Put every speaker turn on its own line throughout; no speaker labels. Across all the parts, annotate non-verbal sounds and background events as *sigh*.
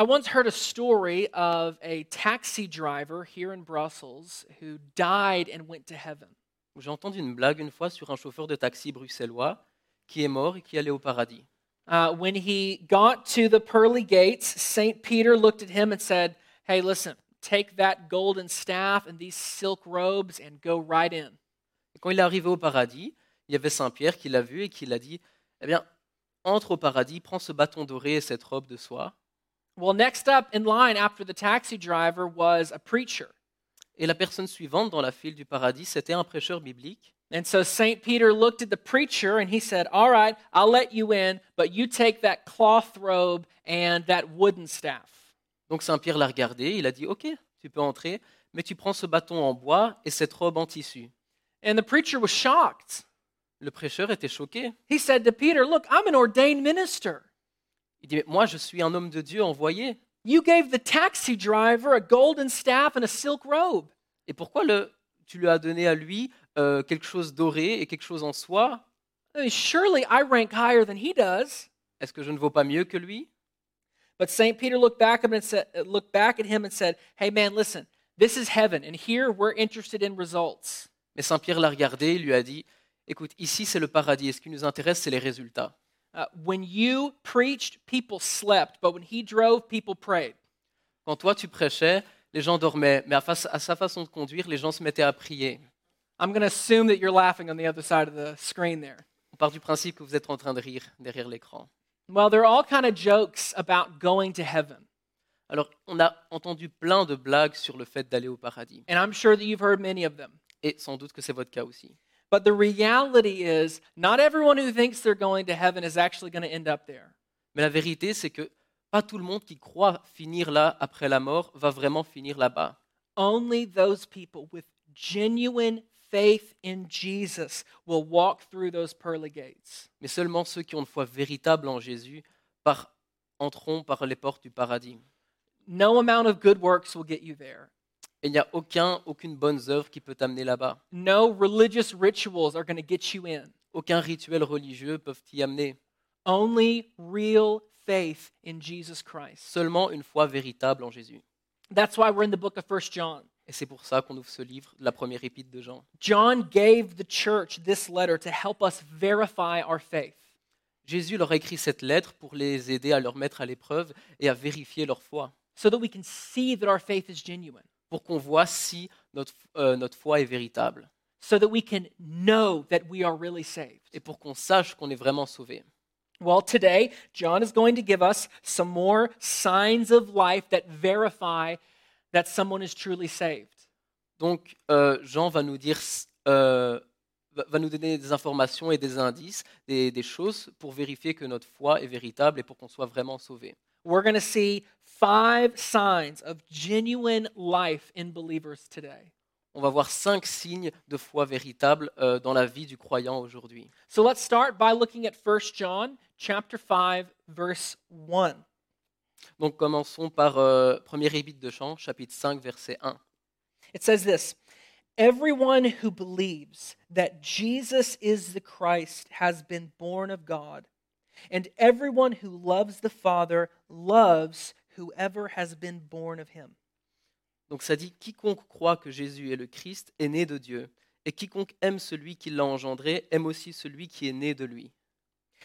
I once heard a story of a taxi driver here in Brussels who died and went to heaven.
J'ai entendu une blague une fois sur un chauffeur de taxi bruxellois qui est mort et qui allait au paradis.
Uh, when he got to the pearly gates, St. Peter looked at him and said, Hey, listen, take that golden staff and these silk robes and go right in.
Et quand il est arrivé au paradis, il y avait Saint Pierre qui l'a vu et qui l'a dit Eh bien, entre au paradis, prends ce bâton doré et cette robe de soie.
Well, next up in line after the taxi driver was a preacher.
Et la personne suivante dans la file du paradis, c'était un prêcheur biblique.
And so St. Peter looked at the preacher and he said, All right, I'll let you in, but you take that cloth robe and that wooden staff.
Donc Saint Pierre l'a regardé, il a dit Ok, tu peux entrer, mais tu prends ce bâton en bois et cette robe en tissu.
And the preacher was shocked.
Le prêcheur était choqué.
He said to Peter, Look, I'm an ordained minister.
Il dit Mais moi, je suis un homme de Dieu envoyé.
You gave the taxi driver a golden staff and a silk robe.
Et pourquoi le, tu lui as donné à lui euh, quelque chose doré et quelque chose en soie
I mean, surely I rank higher than he does.
Est-ce que je ne vaux pas mieux que lui
But St. Peter looked back, at him and said, looked back at him and said, Hey, man, listen, this is heaven, and here we're interested in results.
Mais Saint Pierre l'a regardé et lui a dit Écoute, ici c'est le paradis, et ce qui nous intéresse, c'est les résultats.
Uh, when you preached, people slept, but when he drove, people prayed.
Quand toi tu prêchais, les gens dormaient, mais à, face- à sa façon de conduire, les gens se mettaient à prier.
I'm going to assume that you're laughing on the other side of the screen there.
On part du principe que vous êtes en train de rire derrière l'écran.
Well, there are all kind of jokes about going to heaven,
Alors, on a entendu plein de blagues sur le fait d'aller au paradis,
and I'm sure that you've heard many of them.
et sans doute que c'est votre cas aussi.
But the reality is, not everyone who thinks they're going to heaven is actually going to end up there.
Mais la vérité, c'est que pas tout le monde qui croit finir là après la mort va vraiment finir là-bas.
Only those people with genuine faith in Jesus will walk through those pearly gates.
mais seulement ceux qui ont une foi véritable en Jésus par, entreront par les portes du paradis.
No amount of good works will get you there.
Et il n'y a aucun, aucune bonne œuvre qui peut t'amener là-bas.
No religious rituals are going to get you in.
Aucun rituel religieux peut t'y amener.
Only real faith in Jesus Christ.
Seulement une foi véritable en Jésus.
That's why we're in the book of First John.
Et c'est pour ça qu'on ouvre ce livre, la première épître de Jean.
John gave the church this letter to help us verify our faith.
Jésus leur a écrit cette lettre pour les aider à leur mettre à l'épreuve et à vérifier leur foi,
so that we can see that our faith is genuine,
pour qu'on voit si notre, euh, notre foi est véritable
so that we can know that we are really saved.
et pour qu'on sache qu'on est vraiment sauvé.
Well, today, John is going to give us some more signs of life that verify that someone is truly saved.
Donc, euh, Jean va nous dire, euh, va va nous donner des informations et des indices, des, des choses pour vérifier que notre foi est véritable et pour qu'on soit vraiment sauvé.
We're going to see five signs of genuine life in believers today.
On va voir cinq signes de foi véritable euh, dans la vie du croyant aujourd'hui.
So let's start by looking at 1 John chapter 5 verse 1.
Donc, commençons par euh, première épître de Jean, chapitre 5, verset 1.
It says this Everyone who believes that Jesus is the Christ has been born of God, and everyone who loves the Father loves whoever has been born of him.
Donc, ça dit quiconque croit que Jésus est le Christ est né de Dieu, et quiconque aime celui qui l'a engendré aime aussi celui qui est né de lui.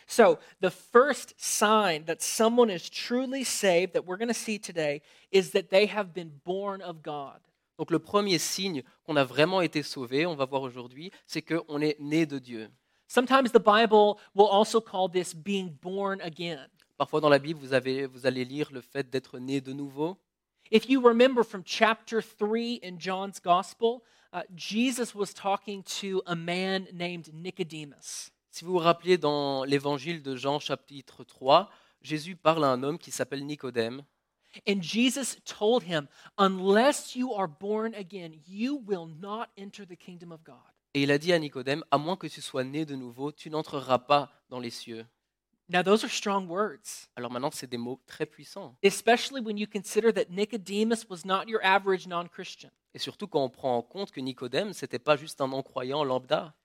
So, the first sign that someone is truly saved that we're going to see today is that they have been born of God.
Donc le premier signe qu'on a vraiment été sauvé, on va voir aujourd'hui, c'est qu'on est né de Dieu.
Sometimes the Bible will also call this being born again.
Parfois dans la Bible, vous, avez- vous allez lire le fait d'être né de nouveau.
If you remember from chapter 3 in John's gospel, uh, Jesus was talking to a man named Nicodemus.
Si vous vous rappelez dans l'évangile de Jean chapitre 3, Jésus parle à un homme qui s'appelle Nicodème.
And Jesus told him, Unless you are born again, you will not enter the kingdom of God.
Et il a dit à Nicodème, à moins que tu sois né de nouveau, tu n'entreras pas dans les cieux.
Now, those are strong words,
Alors maintenant, c'est des mots très puissants.
especially when you consider that Nicodemus was not your average non Christian.
Et surtout quand on prend en compte que Nicodème, c'était pas juste un non-croyant lambda.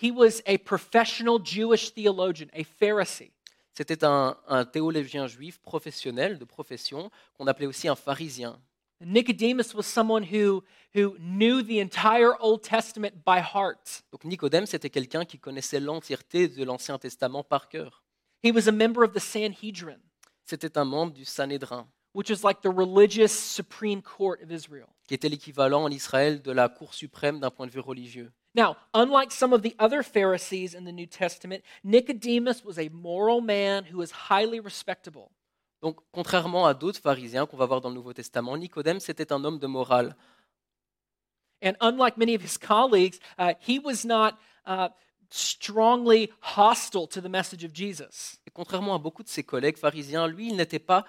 He was a professional Jewish theologian, a Pharisee.
C'était un, un théologien juif professionnel, de profession, qu'on appelait aussi un pharisien.
Nicodemus was someone who, who knew the entire Old Testament by heart.
Donc Nicodème, c'était quelqu'un qui connaissait l'entièreté de l'Ancien Testament par cœur.
He was a member of the Sanhedrin,
C'était un membre du Sanhédrin,
which is like the religious supreme court of Israel.
qui était l'équivalent en Israël de la Cour suprême d'un point de vue religieux.
Now, unlike some of the other Pharisees in the New Testament, Nicodemus was a moral man who was highly respectable.
Donc, contrairement à d'autres pharisiens qu'on va voir dans le Nouveau Testament, Nicodème, c'était un homme de morale.
And unlike many of his colleagues, uh, he was not uh, strongly hostile to the message of Jesus.
Et contrairement à beaucoup de ses collègues pharisiens, lui, il n'était pas,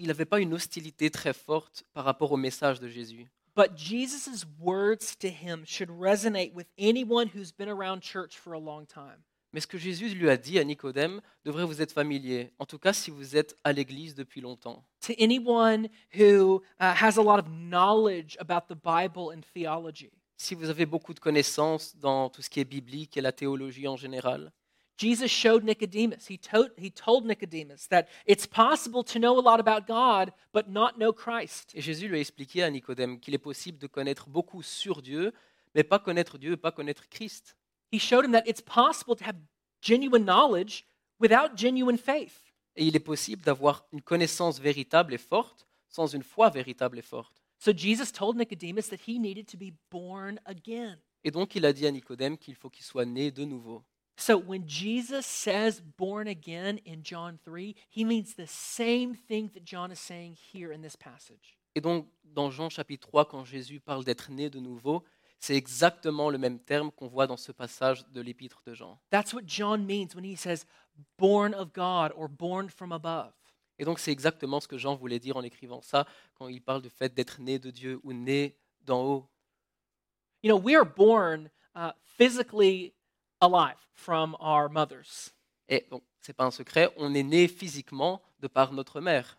il n'avait pas une hostilité très forte par rapport au message de Jésus.
But Jesus' words to him should resonate with anyone who's been around church for a long time.
Mais ce que Jésus lui a dit à Nicodème devrait vous être familier, en tout cas si vous êtes à l'Église depuis longtemps.
To anyone who uh, has a lot of knowledge about the Bible and theology,
Si vous avez beaucoup de connaissances dans tout ce qui est biblique et la théologie en général.
Jesus showed Nicodemus, he, to- he told Nicodemus that it's possible to know a lot about God, but not know Christ.
Et Jésus lui a expliqué à Nicodème qu'il est possible de connaître beaucoup sur Dieu, mais pas connaître Dieu, pas connaître Christ.
He showed him that it's possible to have genuine knowledge without genuine faith.
Et il est possible d'avoir une connaissance véritable et forte sans une foi véritable et forte.
So Jesus told Nicodemus that he needed to be born again.
Et donc il a dit à Nicodème qu'il faut qu'il soit né de nouveau.
So when Jesus says born again in John 3, he means the same thing that John is saying here in this passage.
Et donc dans Jean chapitre 3, quand Jésus parle d'être né de nouveau, c'est exactement le même terme qu'on voit dans ce passage de l'épître de Jean.
That's what John means when he says born of God or born from above.
Et donc c'est exactement ce que Jean voulait dire en écrivant ça quand il parle du fait d'être né de Dieu ou né d'en haut.
You know, we are born uh, physically alive from our mothers,
Et bon, c'est pas un secret, on est né physiquement de par notre mère,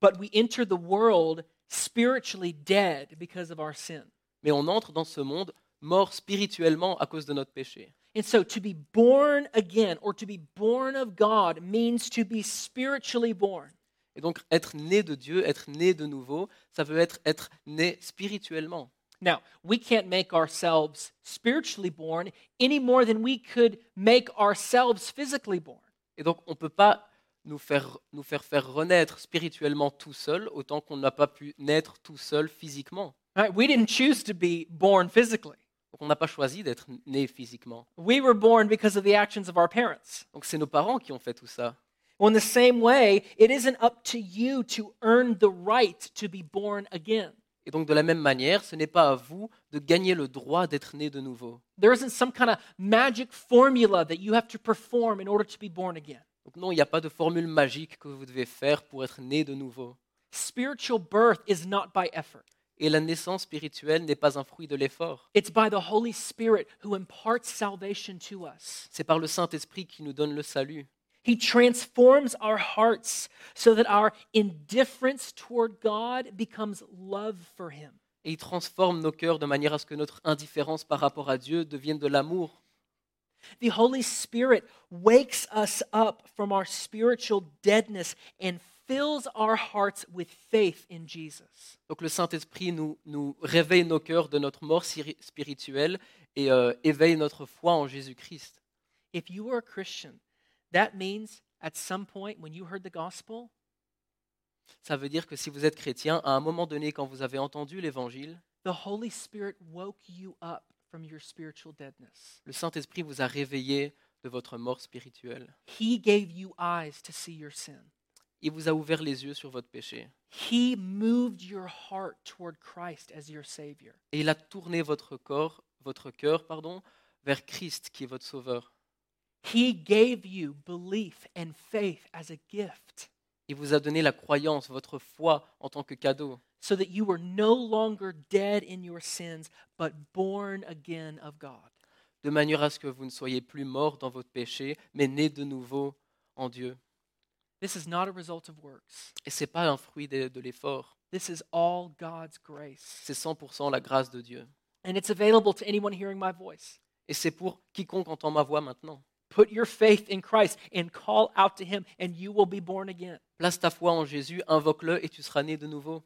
but we enter the world spiritually dead because of our sin.
mais on entre dans ce monde mort spirituellement à cause de notre péché.
And so to be born again or to be born of God means to be spiritually born.
Et donc être né de Dieu, être né de nouveau, ça veut être être né spirituellement.
Now, we can't make ourselves spiritually born any more than we could make ourselves physically born.
Et donc on ne peut pas nous faire, nous faire faire renaître spirituellement tout seul autant qu'on n'a pas pu naître tout seul physiquement.
Right? We didn't choose to be born physically.
Donc on n'a pas choisi d'être né physiquement.
We were born because of the actions of our parents.
Donc c'est nos parents qui ont fait tout ça.
Well, in the same way, it isn't up to you to earn the right to be born again.
Et donc de la même manière, ce n'est pas à vous de gagner le droit d'être né de nouveau.
There isn't some kind of magic formula that you have to perform in order to be born again.
Donc non, il n'y a pas de formule magique que vous devez faire pour être né de nouveau.
Spiritual birth is not by effort.
Et la naissance spirituelle n'est pas un fruit de l'effort.
It's by the Holy Spirit who imparts salvation to us.
C'est par le Saint-Esprit qui nous donne le salut.
He transforms our hearts so that our indifference toward God becomes love for Him.
Et il transforme nos cœurs de manière à ce que notre indifférence par rapport à Dieu devienne de l'amour.
The Holy Spirit wakes us up from our spiritual deadness and fills our hearts with faith in Jesus.
Donc le Saint-Esprit nous, nous réveille nos cœurs de notre mort siri- spirituelle et euh, éveille notre foi en Jésus-Christ.
If you are a Christian, that means at some point when you heard the gospel,
Ça veut dire que si vous êtes chrétien, à un moment donné, quand vous avez entendu l'Évangile,
the Holy Spirit woke you up from your spiritual deadness.
Le Saint-Esprit vous a réveillé de votre mort spirituelle.
He gave you eyes to see your sin.
Il vous a ouvert les yeux sur votre péché.
He moved your heart toward Christ as your Savior.
Et il a tourné votre corps, votre cœur, pardon, vers Christ qui est votre sauveur.
He gave you belief and faith as a gift
Il vous a donné la croyance, votre foi en tant que cadeau,
so that you were no longer dead in your sins, but born again of God.
de manière à ce que vous ne soyez plus mort dans votre péché, mais né de nouveau en Dieu.
This is not a result of works.
Et c'est pas un fruit de, de l'effort,
This is all God's grace.
c'est 100% la grâce de Dieu.
And it's available to anyone hearing my voice.
Et c'est pour quiconque entend ma voix maintenant.
Put your faith in Christ and call out to him, and you will be born again.
Place ta foi en Jésus, invoque-le et tu seras né de nouveau.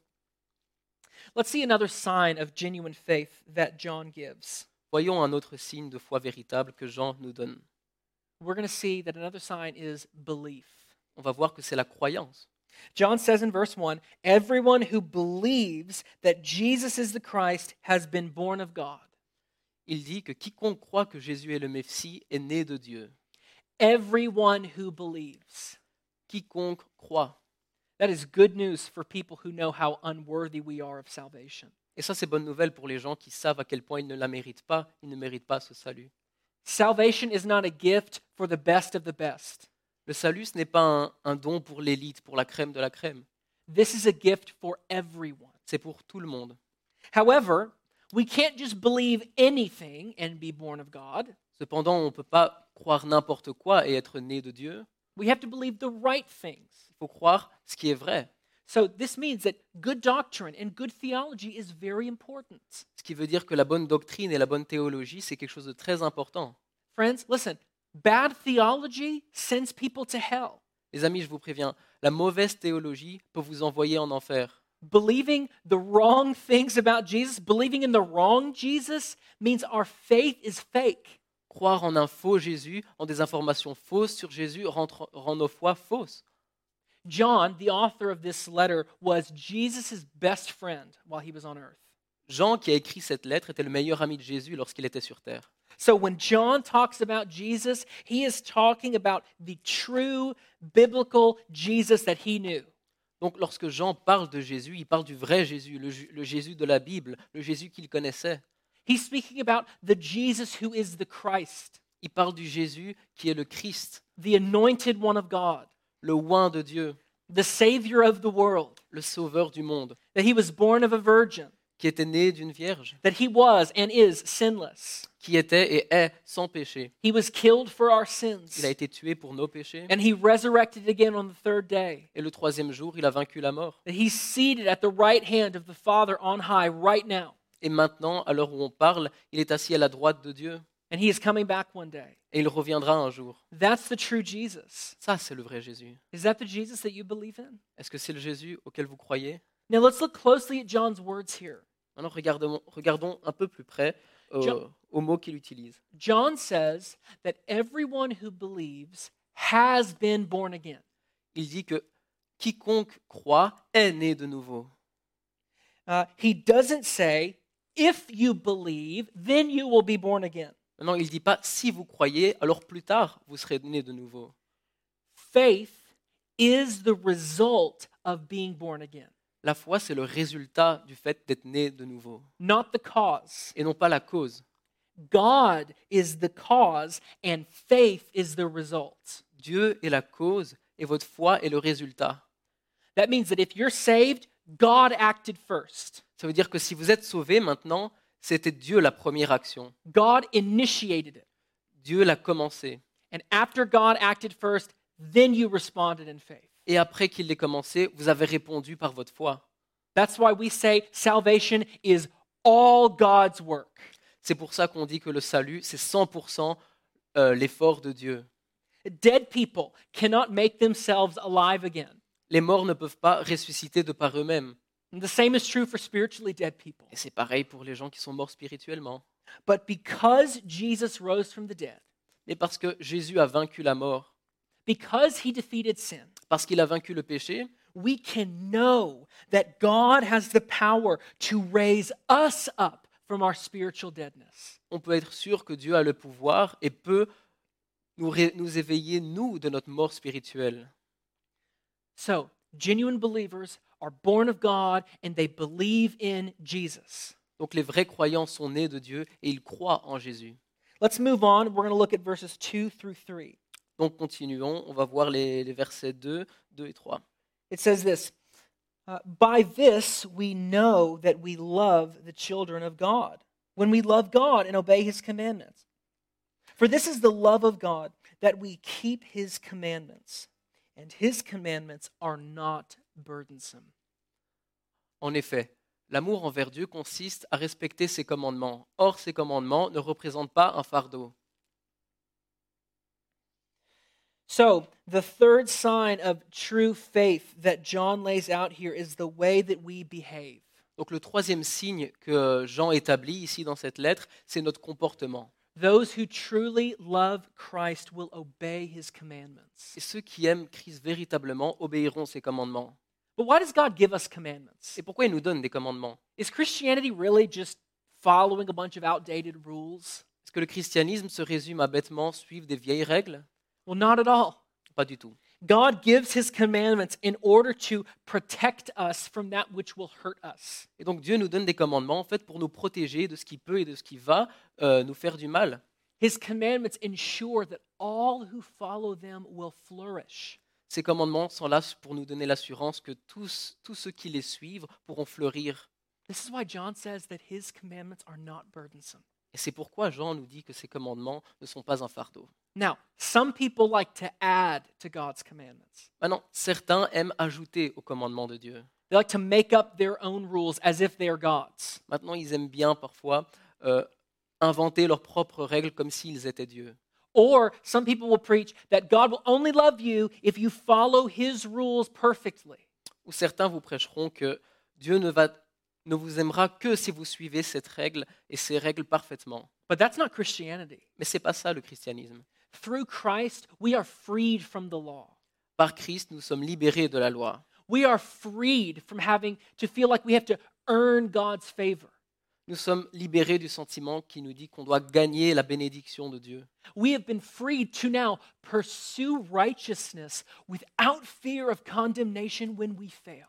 Let's see another sign of genuine faith that John gives.
Voyons un autre signe de foi véritable que Jean nous donne.
We're going to see that another sign is belief.
On va voir que c'est la croyance.
John says in verse 1 Everyone who believes that Jesus is the Christ has been born of God.
Il dit que quiconque croit que Jésus est le Messie est né de Dieu.
Everyone who believes.
Quiconque croit.
That is good news for people who know how unworthy we are of salvation.
Et ça, c'est bonne nouvelle pour les gens qui savent à quel point ils ne la méritent pas, ils ne méritent pas ce salut.
Salvation is not a gift for the best of the best.
Le salut, ce n'est pas un, un don pour l'élite, pour la crème de la crème.
This is a gift for everyone.
C'est pour tout le monde.
However, we can't just believe anything and be born of God.
Cependant, on ne peut pas croire n'importe quoi et être né de Dieu.
We have to believe the right things.
Il faut croire ce qui est vrai.
So, this means that good doctrine and good theology is very important.
Ce qui veut dire que la bonne doctrine et la bonne théologie, c'est quelque chose de très important.
Friends, listen, bad theology sends people to hell.
Les amis, je vous préviens, la mauvaise théologie peut vous envoyer en enfer.
Believing the wrong things about Jesus, believing in the wrong Jesus, means our faith is fake.
Croire en un faux Jésus, en des informations fausses sur Jésus, rend, rend nos foi fausses.
John, the author of this letter, was Jesus' best friend while he was on earth.
Jean, qui a écrit cette lettre, était le meilleur ami de Jésus lorsqu'il était sur terre.
So when John talks about Jesus, he is talking about the true biblical Jesus that he knew.
Donc lorsque Jean parle de Jésus, il parle du vrai Jésus, le, Ju- le Jésus de la Bible, le Jésus qu'il connaissait.
He's speaking about the Jesus who is the Christ,
Il parle du Jésus qui est le Christ,
the anointed one of God,
le oint de Dieu,
the Savior of the world,
le sauveur du monde,
that he was born of a virgin,
qui était né d'une vierge,
that he was and is sinless.
qui était et est sans péché.
He was killed for our sins,
Il a été tué pour nos péchés.
and he resurrected again on the third day.
Et le troisième jour, il a vaincu la mort.
That he's seated at the right hand of the Father on high right now,
Et maintenant, à l'heure où on parle, il est assis à la droite de Dieu.
and he is coming back one day.
Et il reviendra un jour.
That's the true Jesus.
Ça, c'est le vrai Jésus.
Is that the Jesus that you believe in?
Est-ce que c'est le Jésus auquel vous croyez
Now let's look closely at John's words here.
Maintenant, regardons, regardons un peu plus près euh,
Jean-
aux mots qu'il utilise.
John says that everyone who believes has been born again.
Il dit que quiconque croit est né de nouveau.
Uh, he doesn't say, if you believe, then you will be born again.
Maintenant, il ne dit pas si vous croyez, alors plus tard, vous serez né de nouveau.
Faith is the result of being born again,
La foi, c'est le résultat du fait d'être né de nouveau,
not the cause.
et non pas la cause.
God is the cause, and faith is the result.
Dieu est la cause, et votre foi est le résultat.
That means that if you're saved, God acted first.
Ça veut dire que si vous êtes sauvé maintenant, c'était Dieu la première action.
God initiated it.
Dieu l'a commencé.
And after God acted first, then you responded in faith.
Et après qu'il l'ait commencé, vous avez répondu par votre foi.
That's why we say salvation is all God's work.
C'est pour ça qu'on dit que le salut, c'est 100% euh, l'effort de Dieu.
Dead people cannot make themselves alive again.
Les morts ne peuvent pas ressusciter de par eux-mêmes.
And the same is true for spiritually dead people.
Et c'est pareil pour les gens qui sont morts spirituellement.
But because Jesus rose from the dead,
Mais parce que Jésus a vaincu la mort,
because he defeated sin,
parce qu'il a vaincu le péché,
we can know that God has the power to raise us up from our spiritual deadness.
on peut être sûr que Dieu a le pouvoir et peut nous, ré- nous éveiller, nous, de notre mort spirituelle.
So, genuine believers are born of God and they believe in Jesus.
Donc les vrais croyants sont nés de Dieu et ils croient en Jésus.
Let's move on. We're going to look at verses 2 through 3.
Donc continuons, on va voir les, les versets 2, 2 et 3.
It says this uh, By this we know that we love the children of God, when we love God and obey his commandments. For this is the love of God, that we keep his commandments, and his commandments are not burdensome.
En effet, l'amour envers Dieu consiste à respecter ses commandements. Or, ces commandements ne représentent pas un fardeau.
So, the third sign of true faith that John lays out here is the way that we behave.
Donc le troisième signe que Jean établit ici dans cette lettre, c'est notre comportement.
Those who truly love Christ will obey his commandments.
Et ceux qui aiment Christ véritablement obéiront ses commandements.
But why does God give us commandments?
Et pourquoi il nous donne des commandements
Is Christianity really just following a bunch of outdated rules?
Est-ce que le christianisme se résume à bêtement suivre des vieilles règles
Well, not at all.
Pas du tout.
God gives his commandments in order to protect us from that which will hurt us.
Et donc Dieu nous donne des commandements en fait pour nous protéger de ce qui peut et de ce qui va euh, nous faire du mal.
His commandments ensure that all who follow them will flourish.
Ces commandements sont là pour nous donner l'assurance que tous, tous ceux qui les suivent pourront fleurir.
This is why John says that his commandments are not burdensome.
Et c'est pourquoi Jean nous dit que ces commandements ne sont pas un fardeau.
Now, some people like to add to God's commandments.
Maintenant, certains aiment ajouter aux commandements de Dieu.
They like to make up their own rules as if they are God's.
Maintenant, ils aiment bien parfois euh, inventer leurs propres règles comme s'ils étaient Dieu.
Or some people will preach that God will only love you if you follow his rules perfectly.
Ou certains vous prêcheront que Dieu ne, va, ne vous aimera que si vous suivez cette règle et ces règles parfaitement.
But that's not Christianity.
Mais c'est pas ça le christianisme.
Through Christ, we are freed from the law.
Par Christ, nous sommes libérés de la loi.
We are freed from having to feel like we have to earn God's favor.
Nous sommes libérés du sentiment qui nous dit qu'on doit gagner la bénédiction de Dieu.
We have been freed to now pursue righteousness without fear of condemnation when we fail.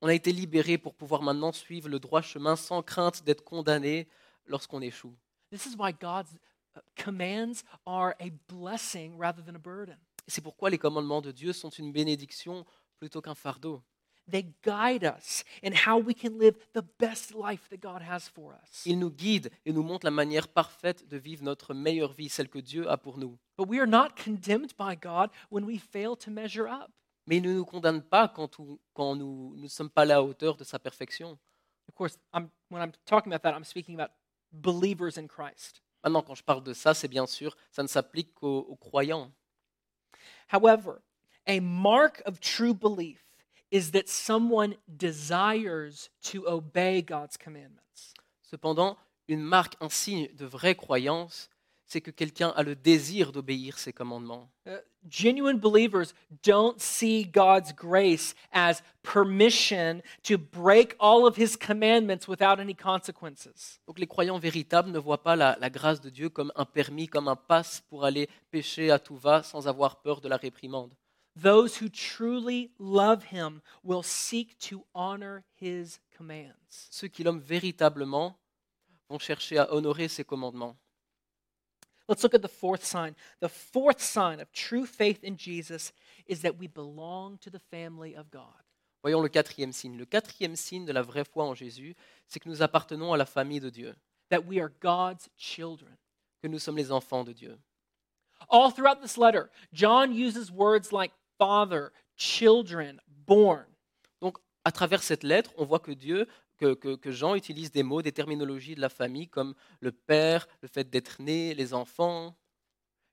On a été libérés pour pouvoir maintenant suivre le droit chemin sans crainte d'être condamné lorsqu'on échoue.
This is why God's uh, commands are a blessing rather than a burden.
C'est pourquoi les commandements de Dieu sont une bénédiction plutôt qu'un fardeau.
They guide us in how we can live the best life that God has for us.
Ils nous guident et nous montrent la manière parfaite de vivre notre meilleure vie, celle que Dieu a pour nous.
But we are not condemned by God when we fail to measure up.
Mais il ne nous condamne pas quand, tout- quand nous nous ne sommes pas à la hauteur de sa perfection.
Of course, I'm, when I'm talking about that, I'm speaking about believers in Christ.
Maintenant, quand je parle de ça, c'est bien sûr, ça ne s'applique qu'aux aux croyants.
However, a mark of true belief is that someone desires to obey God's commandments.
Cependant, une marque, un signe de vraie croyance, c'est que quelqu'un a le désir d'obéir ses commandements.
Uh, genuine believers don't see God's grace as permission to break all of his commandments without any consequences.
Donc les croyants véritables ne voient pas la, la grâce de Dieu comme un permis, comme un passe pour aller pécher à tout va sans avoir peur de la réprimande.
Those who truly love him will seek to honor his commands.
Ceux qui l'aiment véritablement vont chercher à honorer ses commandements.
Let's look at the fourth sign. The fourth sign of true faith in Jesus is that we belong to the family of God.
Voyons le quatrième signe. Le quatrième signe de la vraie foi en Jésus, c'est que nous appartenons à la famille de Dieu,
that we are God's children.
que nous sommes les enfants de Dieu.
All throughout this letter, John uses words like father, children, born.
Donc, à travers cette lettre, on voit que Dieu, que, que- que Jean utilise des mots, des terminologies de la famille comme le père, le fait d'être né, les enfants.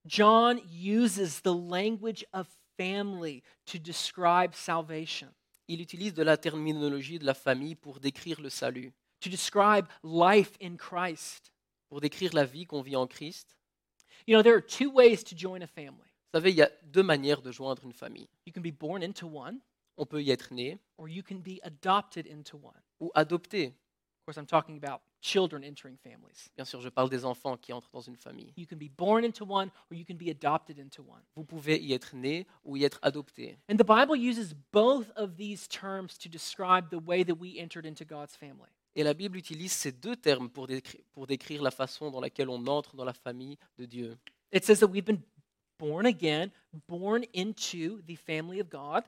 John uses the language of family to describe salvation,
Il utilise de la terminologie de la famille pour décrire le salut,
to describe life in Christ.
pour décrire la vie qu'on vit en Christ.
You know, there are two ways to join a family
Vous savez, il y a deux manières de joindre une famille.
you can be born into one,
On peut y être né
or you can be adopted into one. Of
ou adopté.
course, I'm talking about children entering families.
Bien sûr, je parle des enfants qui entrent dans une famille.
You can be born into one, or you can be adopted into one.
Vous pouvez y être né ou y être adopté.
And the Bible uses both of these terms to describe the way that we entered into God's family.
Et la Bible utilise ces deux termes pour décri- pour décrire la façon dans laquelle on entre dans la famille de Dieu.
It says that we've been born again, born into the family of God,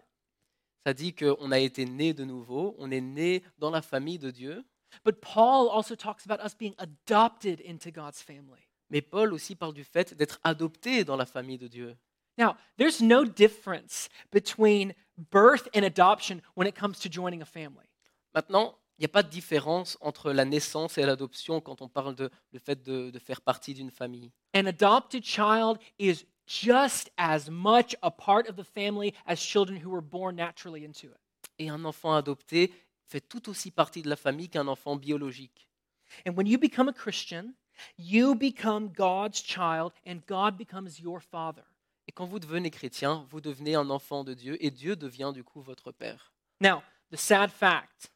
Ça dit qu'on a été né de nouveau, on est né dans la famille de Dieu.
but Paul also talks about us being adopted into God's family.
Mais Paul aussi parle du fait d'être adopté dans la famille de Dieu.
Now, there's no difference between birth and adoption when it comes to joining a family.
Maintenant, il n'y a pas de différence entre la naissance et l'adoption quand on parle de le fait de, de faire partie d'une famille.
An adopted child is just as much a part of the family as children who were born naturally into it.
Et un enfant adopté fait tout aussi partie de la famille qu'un enfant biologique.
And when you become a Christian, you become God's child and God becomes your father.
Et quand vous devenez chrétien, vous devenez un enfant de Dieu et Dieu devient du coup votre père.
Now, the sad fact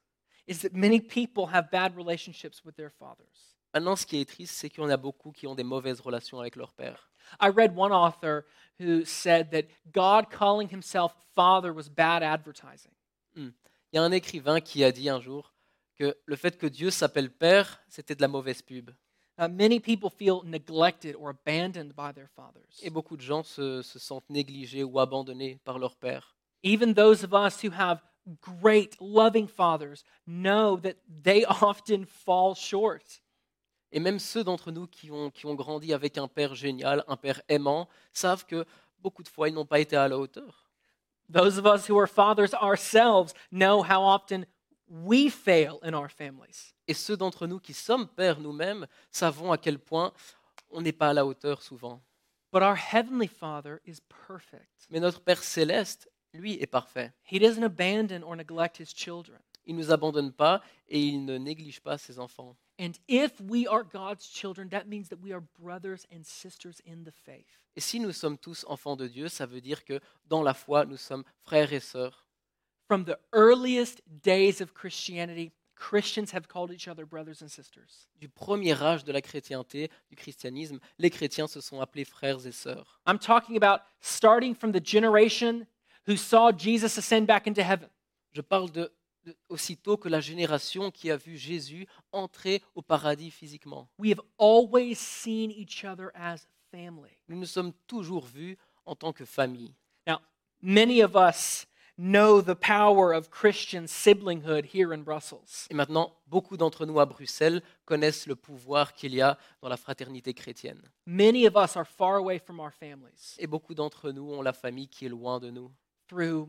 is that many people have bad relationships with their fathers.
Maintenant, ce qui est triste, c'est qu'il y en a beaucoup qui ont des mauvaises relations avec leur père.
I read one author who said that God calling himself father was bad advertising.
Il y a un écrivain qui a dit un jour que le fait que Dieu s'appelle père, c'était de la mauvaise pub.
Uh, many people feel neglected or abandoned by their fathers.
Et beaucoup de gens se, se sentent négligés ou abandonnés par leur père.
Even those of us who have great, loving fathers know that they *laughs* often fall short.
Et même ceux d'entre nous qui ont, qui ont grandi avec un père génial, un père aimant, savent que beaucoup de fois, ils n'ont pas été à la hauteur.
Those of us who are fathers ourselves know how often we fail in our families.
Et ceux d'entre nous qui sommes pères nous-mêmes savons à quel point on n'est pas à la hauteur souvent.
But our Heavenly Father is perfect.
Mais notre Père céleste, lui, est parfait.
He doesn't abandon or neglect His children.
Il ne nous abandonne pas et il ne néglige pas ses enfants.
And if we are God's children, that means that we are brothers and sisters in the faith.
Et si nous sommes tous enfants de Dieu, ça veut dire que dans la foi, nous sommes frères et sœurs.
From the earliest days of Christianity, Christians have called each other brothers and sisters.
Du premier âge de la chrétienté, du christianisme, les chrétiens se sont appelés frères et sœurs.
I'm talking about starting from the generation who saw Jesus ascend back into heaven.
Je parle de, de- aussitôt que la génération qui a vu Jésus entrer au paradis physiquement.
We have always seen each other as family.
Nous nous sommes toujours vus en tant que famille.
Now, many of us know the power of Christian siblinghood here in Brussels.
Et maintenant, beaucoup d'entre nous à Bruxelles connaissent le pouvoir qu'il y a dans la fraternité chrétienne.
Many of us are far away from our families
Et beaucoup d'entre nous ont la famille qui est loin de nous.
through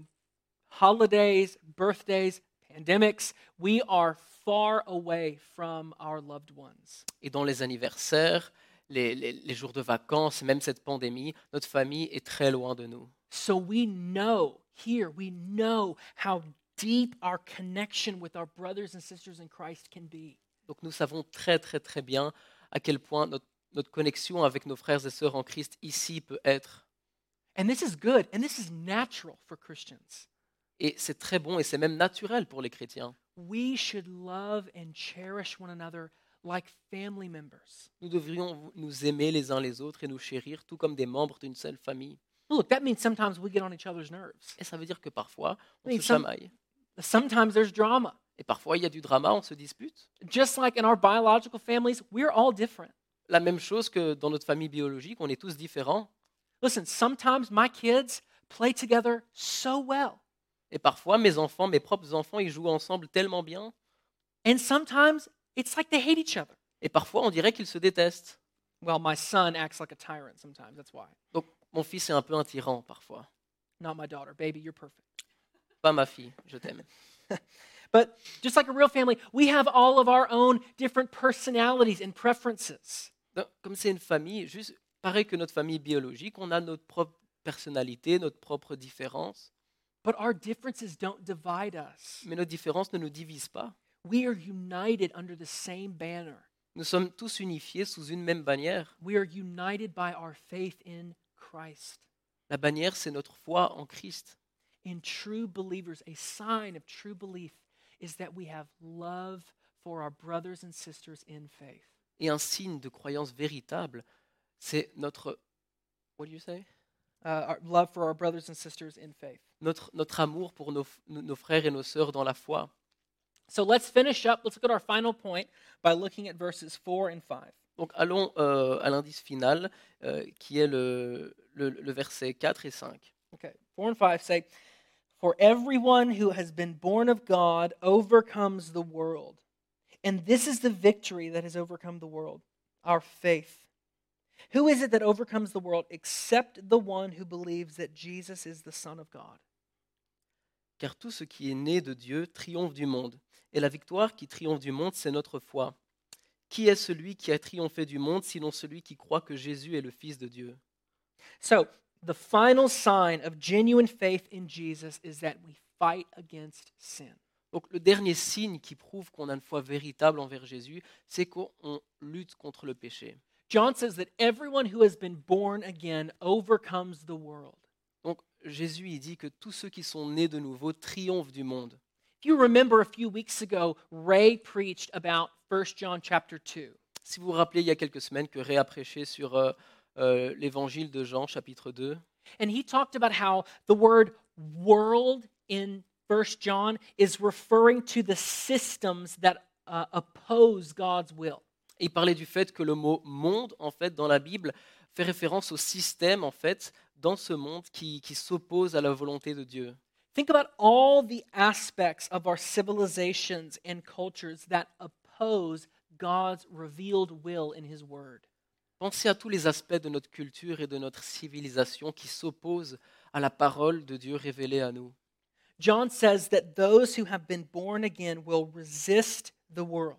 holidays, birthdays, pandemics. We are far away from our loved ones.
Et dans les anniversaires, les, les- les jours de vacances, même cette pandémie, notre famille est très loin de nous.
So we know here, we know how deep our connection with our brothers and sisters in Christ can be.
Donc nous savons très très très bien à quel point notre, notre connexion avec nos frères et sœurs en Christ ici peut être.
And this is good, and this is natural for Christians.
Et c'est très bon et c'est même naturel pour les chrétiens.
We should love and cherish one another like family members.
Nous devrions nous aimer les uns les autres et nous chérir tout comme des membres d'une seule famille.
Look, that means sometimes we get on each other's nerves.
Et ça veut dire que parfois, on
Oui,
se
ça-
chamaille.
Sometimes there's drama.
Et parfois, il y a du drama, on se dispute.
Just like in our biological families, we're all different.
La même chose que dans notre famille biologique, on est tous différents.
Listen, sometimes my kids play together so well,
Et parfois, mes enfants, mes propres enfants, ils jouent ensemble tellement bien.
and sometimes it's like they hate each other.
Et parfois, on dirait qu'ils se détestent.
Well, my son acts like a tyrant sometimes. That's why.
Donc, mon fils est un peu un tyran parfois.
Not my daughter. Baby, you're perfect.
Pas ma fille, je t'aime.
But just like a real family, we have all of our own different personalities and preferences.
Donc, Comme c'est une famille, juste pareil que notre famille biologique, on a notre propre personnalité, notre propre différence.
But our differences don't divide us.
Mais nos différences ne nous divisent pas.
We are united under the same banner.
Nous sommes tous unifiés sous une même bannière.
We are united by our faith in Christ.
La bannière, c'est notre foi en Christ.
In true believers, a sign of true belief is that we have love for our brothers and sisters in faith.
Et un signe de croyance véritable, c'est notre... What do you say?
Uh, our love for our brothers and sisters in faith.
notre, notre amour pour nos, f- nos- nos frères et nos sœurs dans la foi.
So let's finish up. Let's look at our final point by looking at verses 4 and 5.
Donc allons euh, à l'indice final euh, qui est le, le, le verset 4 et 5.
Okay, 4 and 5 say, For everyone who has been born of God overcomes the world. And this is the victory that has overcome the world, our faith. Who is it that overcomes the world except the one who believes that Jesus is the Son of God?
Car tout ce qui est né de Dieu triomphe du monde. Et la victoire qui triomphe du monde, c'est notre foi. Qui est celui qui a triomphé du monde sinon celui qui croit que Jésus est le Fils de Dieu
So, the final sign of genuine faith in Jesus is that we fight against sin.
Donc le dernier signe qui prouve qu'on a une foi véritable envers Jésus, c'est qu'on on lutte contre le péché.
John says that everyone who has been born again overcomes the world.
Donc Jésus il dit que tous ceux qui sont nés de nouveau triomphent du monde.
If you remember a few weeks ago, Ray preached about 1 John chapter 2.
Si vous vous rappelez, il y a quelques semaines que Ray a prêché sur euh, euh, l'évangile de Jean chapitre 2.
And he talked about how the word world in 1 John is referring to the systems that uh, oppose God's will.
Et il parlait du fait que le mot monde, en fait, dans la Bible, fait référence au système, en fait, dans ce monde qui, qui s'oppose à la volonté de Dieu.
Think about all the aspects of our civilizations and cultures that oppose God's revealed will in His Word.
Pensez à tous les aspects de notre culture et de notre civilisation qui s'opposent à la parole de Dieu révélée à nous.
John says that those who have been born again will resist the world.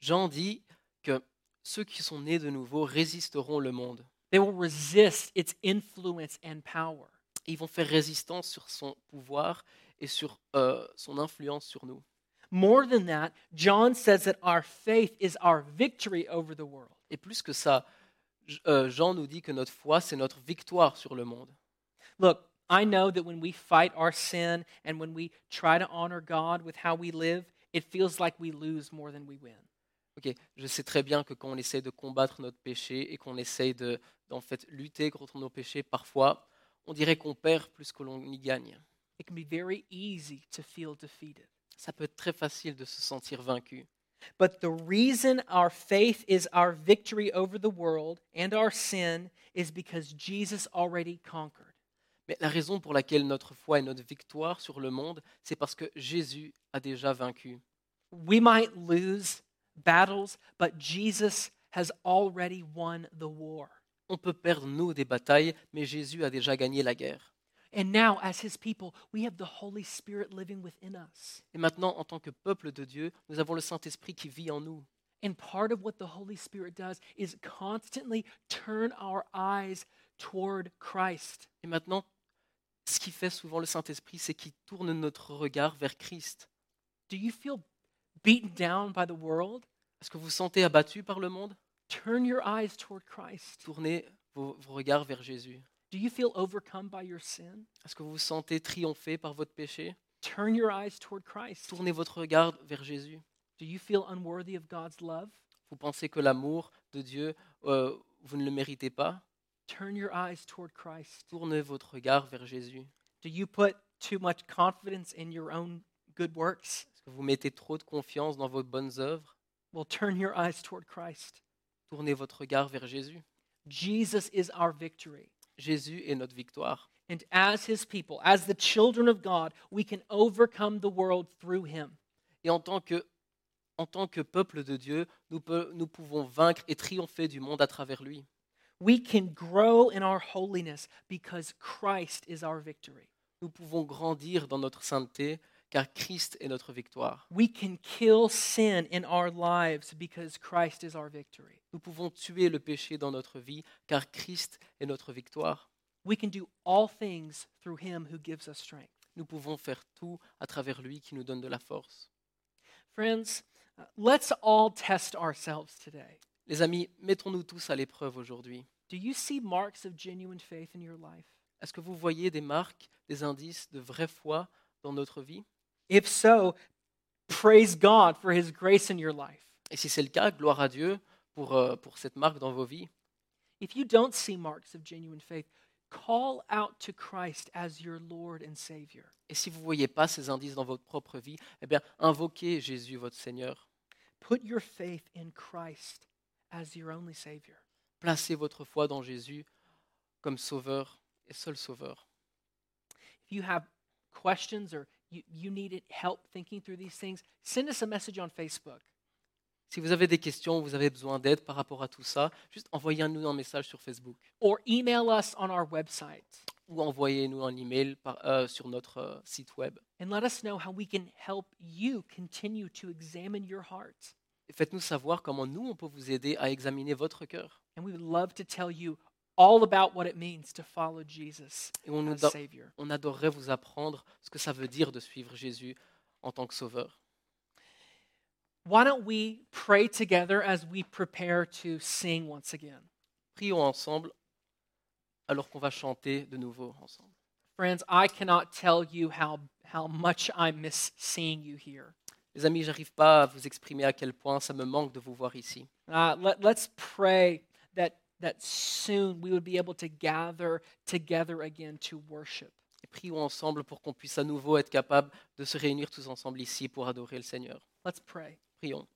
Jean dit que ceux qui sont nés de nouveau résisteront le monde.
They will resist its influence and power.
Et ils vont faire résistance sur son pouvoir et sur euh, son influence sur nous.
More than that, John says that our faith is our victory over the world.
Et plus que ça, J- euh, Jean nous dit que notre foi, c'est notre victoire sur le monde.
Look, I know that when we fight our sin and when we try to honor God with how we live, it feels like we lose more than we win.
Ok, je sais très bien que quand on essaye de combattre notre péché et qu'on essaye de, d'en fait, lutter contre nos péchés, parfois, on dirait qu'on perd plus que l'on y gagne.
It can be very easy to feel defeated.
Ça peut être très facile de se sentir vaincu.
But the reason our faith is our victory over the world and our sin is because Jesus already conquered.
Mais la raison pour laquelle notre foi est notre victoire sur le monde, c'est parce que Jésus a déjà vaincu.
We might lose battles, but Jesus has already won the war.
On peut perdre, nous, des batailles, mais Jésus a déjà gagné la guerre.
And now, as his people, we have the Holy Spirit living within us.
Et maintenant, en tant que peuple de Dieu, nous avons le Saint-Esprit qui vit en nous.
And part of what the Holy Spirit does is constantly turn our eyes toward Christ.
Et maintenant, ce qui fait souvent le Saint-Esprit, c'est qu'il tourne notre regard vers Christ.
Do you feel beaten down by the world?
Est-ce que vous vous sentez abattu par le monde
Turn your eyes toward Christ.
Tournez vos, vos regards vers Jésus.
Do you feel overcome by your sin?
Est-ce que vous vous sentez triomphé par votre péché
Turn your eyes toward Christ.
Tournez votre regard vers Jésus.
Do you feel unworthy of God's love?
Vous pensez que l'amour de Dieu, euh, vous ne le méritez pas
Turn your eyes toward Christ.
Tournez votre regard vers Jésus.
Do you put too much confidence in your own good works?
Est-ce que vous mettez trop de confiance dans vos bonnes œuvres
Well, turn your eyes toward Christ.
Tournez votre regard vers Jésus.
Jesus is our victory.
Jésus est notre victoire.
And as his people, as the children of God, we can overcome the world through him.
Et en tant que, en tant que peuple de Dieu, nous, peu- nous pouvons vaincre et triompher du monde à travers lui.
We can grow in our holiness because Christ is our victory.
Nous pouvons grandir dans notre sainteté, car Christ est notre victoire.
We can kill sin in our lives because Christ is our victory.
Nous pouvons tuer le péché dans notre vie, car Christ est notre victoire.
We can do all things through him who gives us strength.
Nous pouvons faire tout à travers lui qui nous donne de la force.
Friends, uh, let's all test ourselves today.
Les amis, mettons-nous tous à l'épreuve aujourd'hui.
Do you see marks of genuine faith in your life?
Est-ce que vous voyez des marques, des indices de vraie foi dans notre vie
If so, praise God for his grace in your life.
Et si c'est le cas, gloire à Dieu pour, euh, pour cette marque dans vos vies.
If you don't see marks of genuine faith, call out to Christ as your Lord and Savior.
Et si vous ne voyez pas ces indices dans votre propre vie, eh bien, invoquez Jésus, votre Seigneur.
Put your faith in Christ as your only Savior.
Placez votre foi dans Jésus comme sauveur et seul sauveur.
If you have questions or you, you need help thinking through these things, send us a message on Facebook.
Si vous avez des questions, vous avez besoin d'aide par rapport à tout ça, juste envoyez-nous un message sur Facebook
or email us on our website
ou envoyez-nous un email par- euh, sur notre euh, site web.
and let us know how we can help you continue to examine your heart.
Et Faites-nous savoir comment nous, on peut vous aider à examiner votre cœur.
And we would love to tell you all about what it means to follow Jesus
Et on, nous
as
da-
Savior.
on adorerait vous apprendre ce que ça veut dire de suivre Jésus en tant que sauveur.
Why don't we pray together as we prepare to sing once again?
Prions ensemble alors qu'on va chanter de nouveau ensemble.
Friends, I cannot tell you how, how much I miss seeing you here.
Les amis, j'arrive pas à vous exprimer à quel point ça me manque de vous voir ici.
Uh, let, let's pray that, that soon we would be able to gather together again to worship.
Et prions ensemble pour qu'on puisse à nouveau être capable de se réunir tous ensemble ici pour adorer le Seigneur.
Let's pray.
Prions.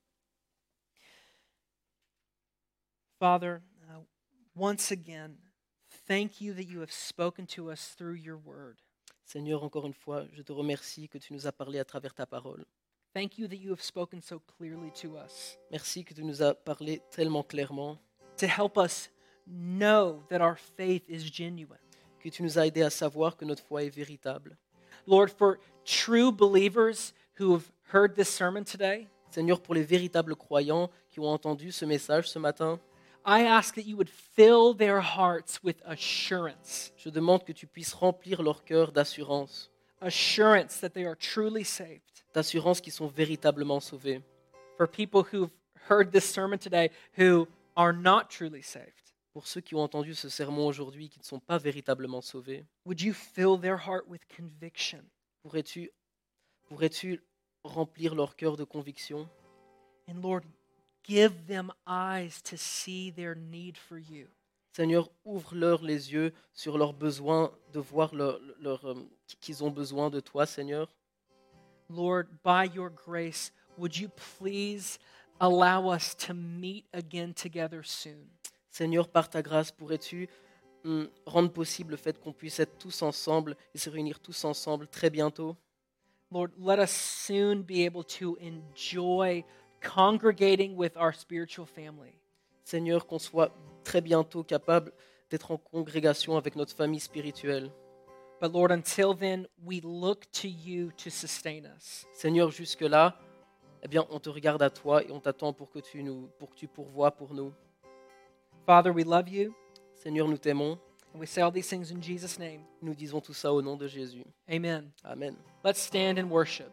Father, uh, once again, thank you that you have spoken to us through your word.
Seigneur, encore une fois, je te remercie que tu nous as parlé à travers ta parole.
Thank you that you have spoken so clearly to us
Merci que tu nous as parlé tellement clairement,
to help us know that our faith is genuine.
que tu nous as aidés à savoir que notre foi est véritable.
Lord, for true believers who have heard this sermon today,
Seigneur, pour les véritables croyants qui ont entendu ce message ce matin,
I ask that you would fill their hearts with assurance
je demande que tu puisses remplir leur cœur d'assurance,
assurance that they are truly saved.
d'assurance qu'ils sont véritablement sauvés.
For people who've heard this sermon today who are not truly saved,
Pour ceux qui ont entendu ce sermon aujourd'hui qui ne sont pas véritablement sauvés,
would you fill their heart with conviction?
pourrais-tu pourrais-tu remplir leur cœur de conviction
And Lord, give them eyes to see their need for you.
Seigneur, ouvre-leur les yeux sur leurs besoins de voir leur, leur, euh, qu'ils ont besoin de toi, Seigneur.
Lord, by your grace, would you please allow us to meet again together soon?
Seigneur, par ta grâce, pourrais-tu hum, rendre possible le fait qu'on puisse être tous ensemble et se réunir tous ensemble très bientôt
Lord, let us soon be able to enjoy congregating with our spiritual family.
Seigneur, qu'on soit très bientôt capable d'être en congrégation avec notre famille spirituelle.
But Lord, until then, we look to you to sustain us.
Seigneur, jusque-là, eh bien, on te regarde à toi et on t'attend pour que tu nous, pour que tu pourvoies pour nous.
Father, we love you,
Seigneur, nous t'aimons.
and we say all these things in Jesus' name.
Nous disons tout ça au nom de Jésus.
Amen.
Amen.
Let's stand and worship.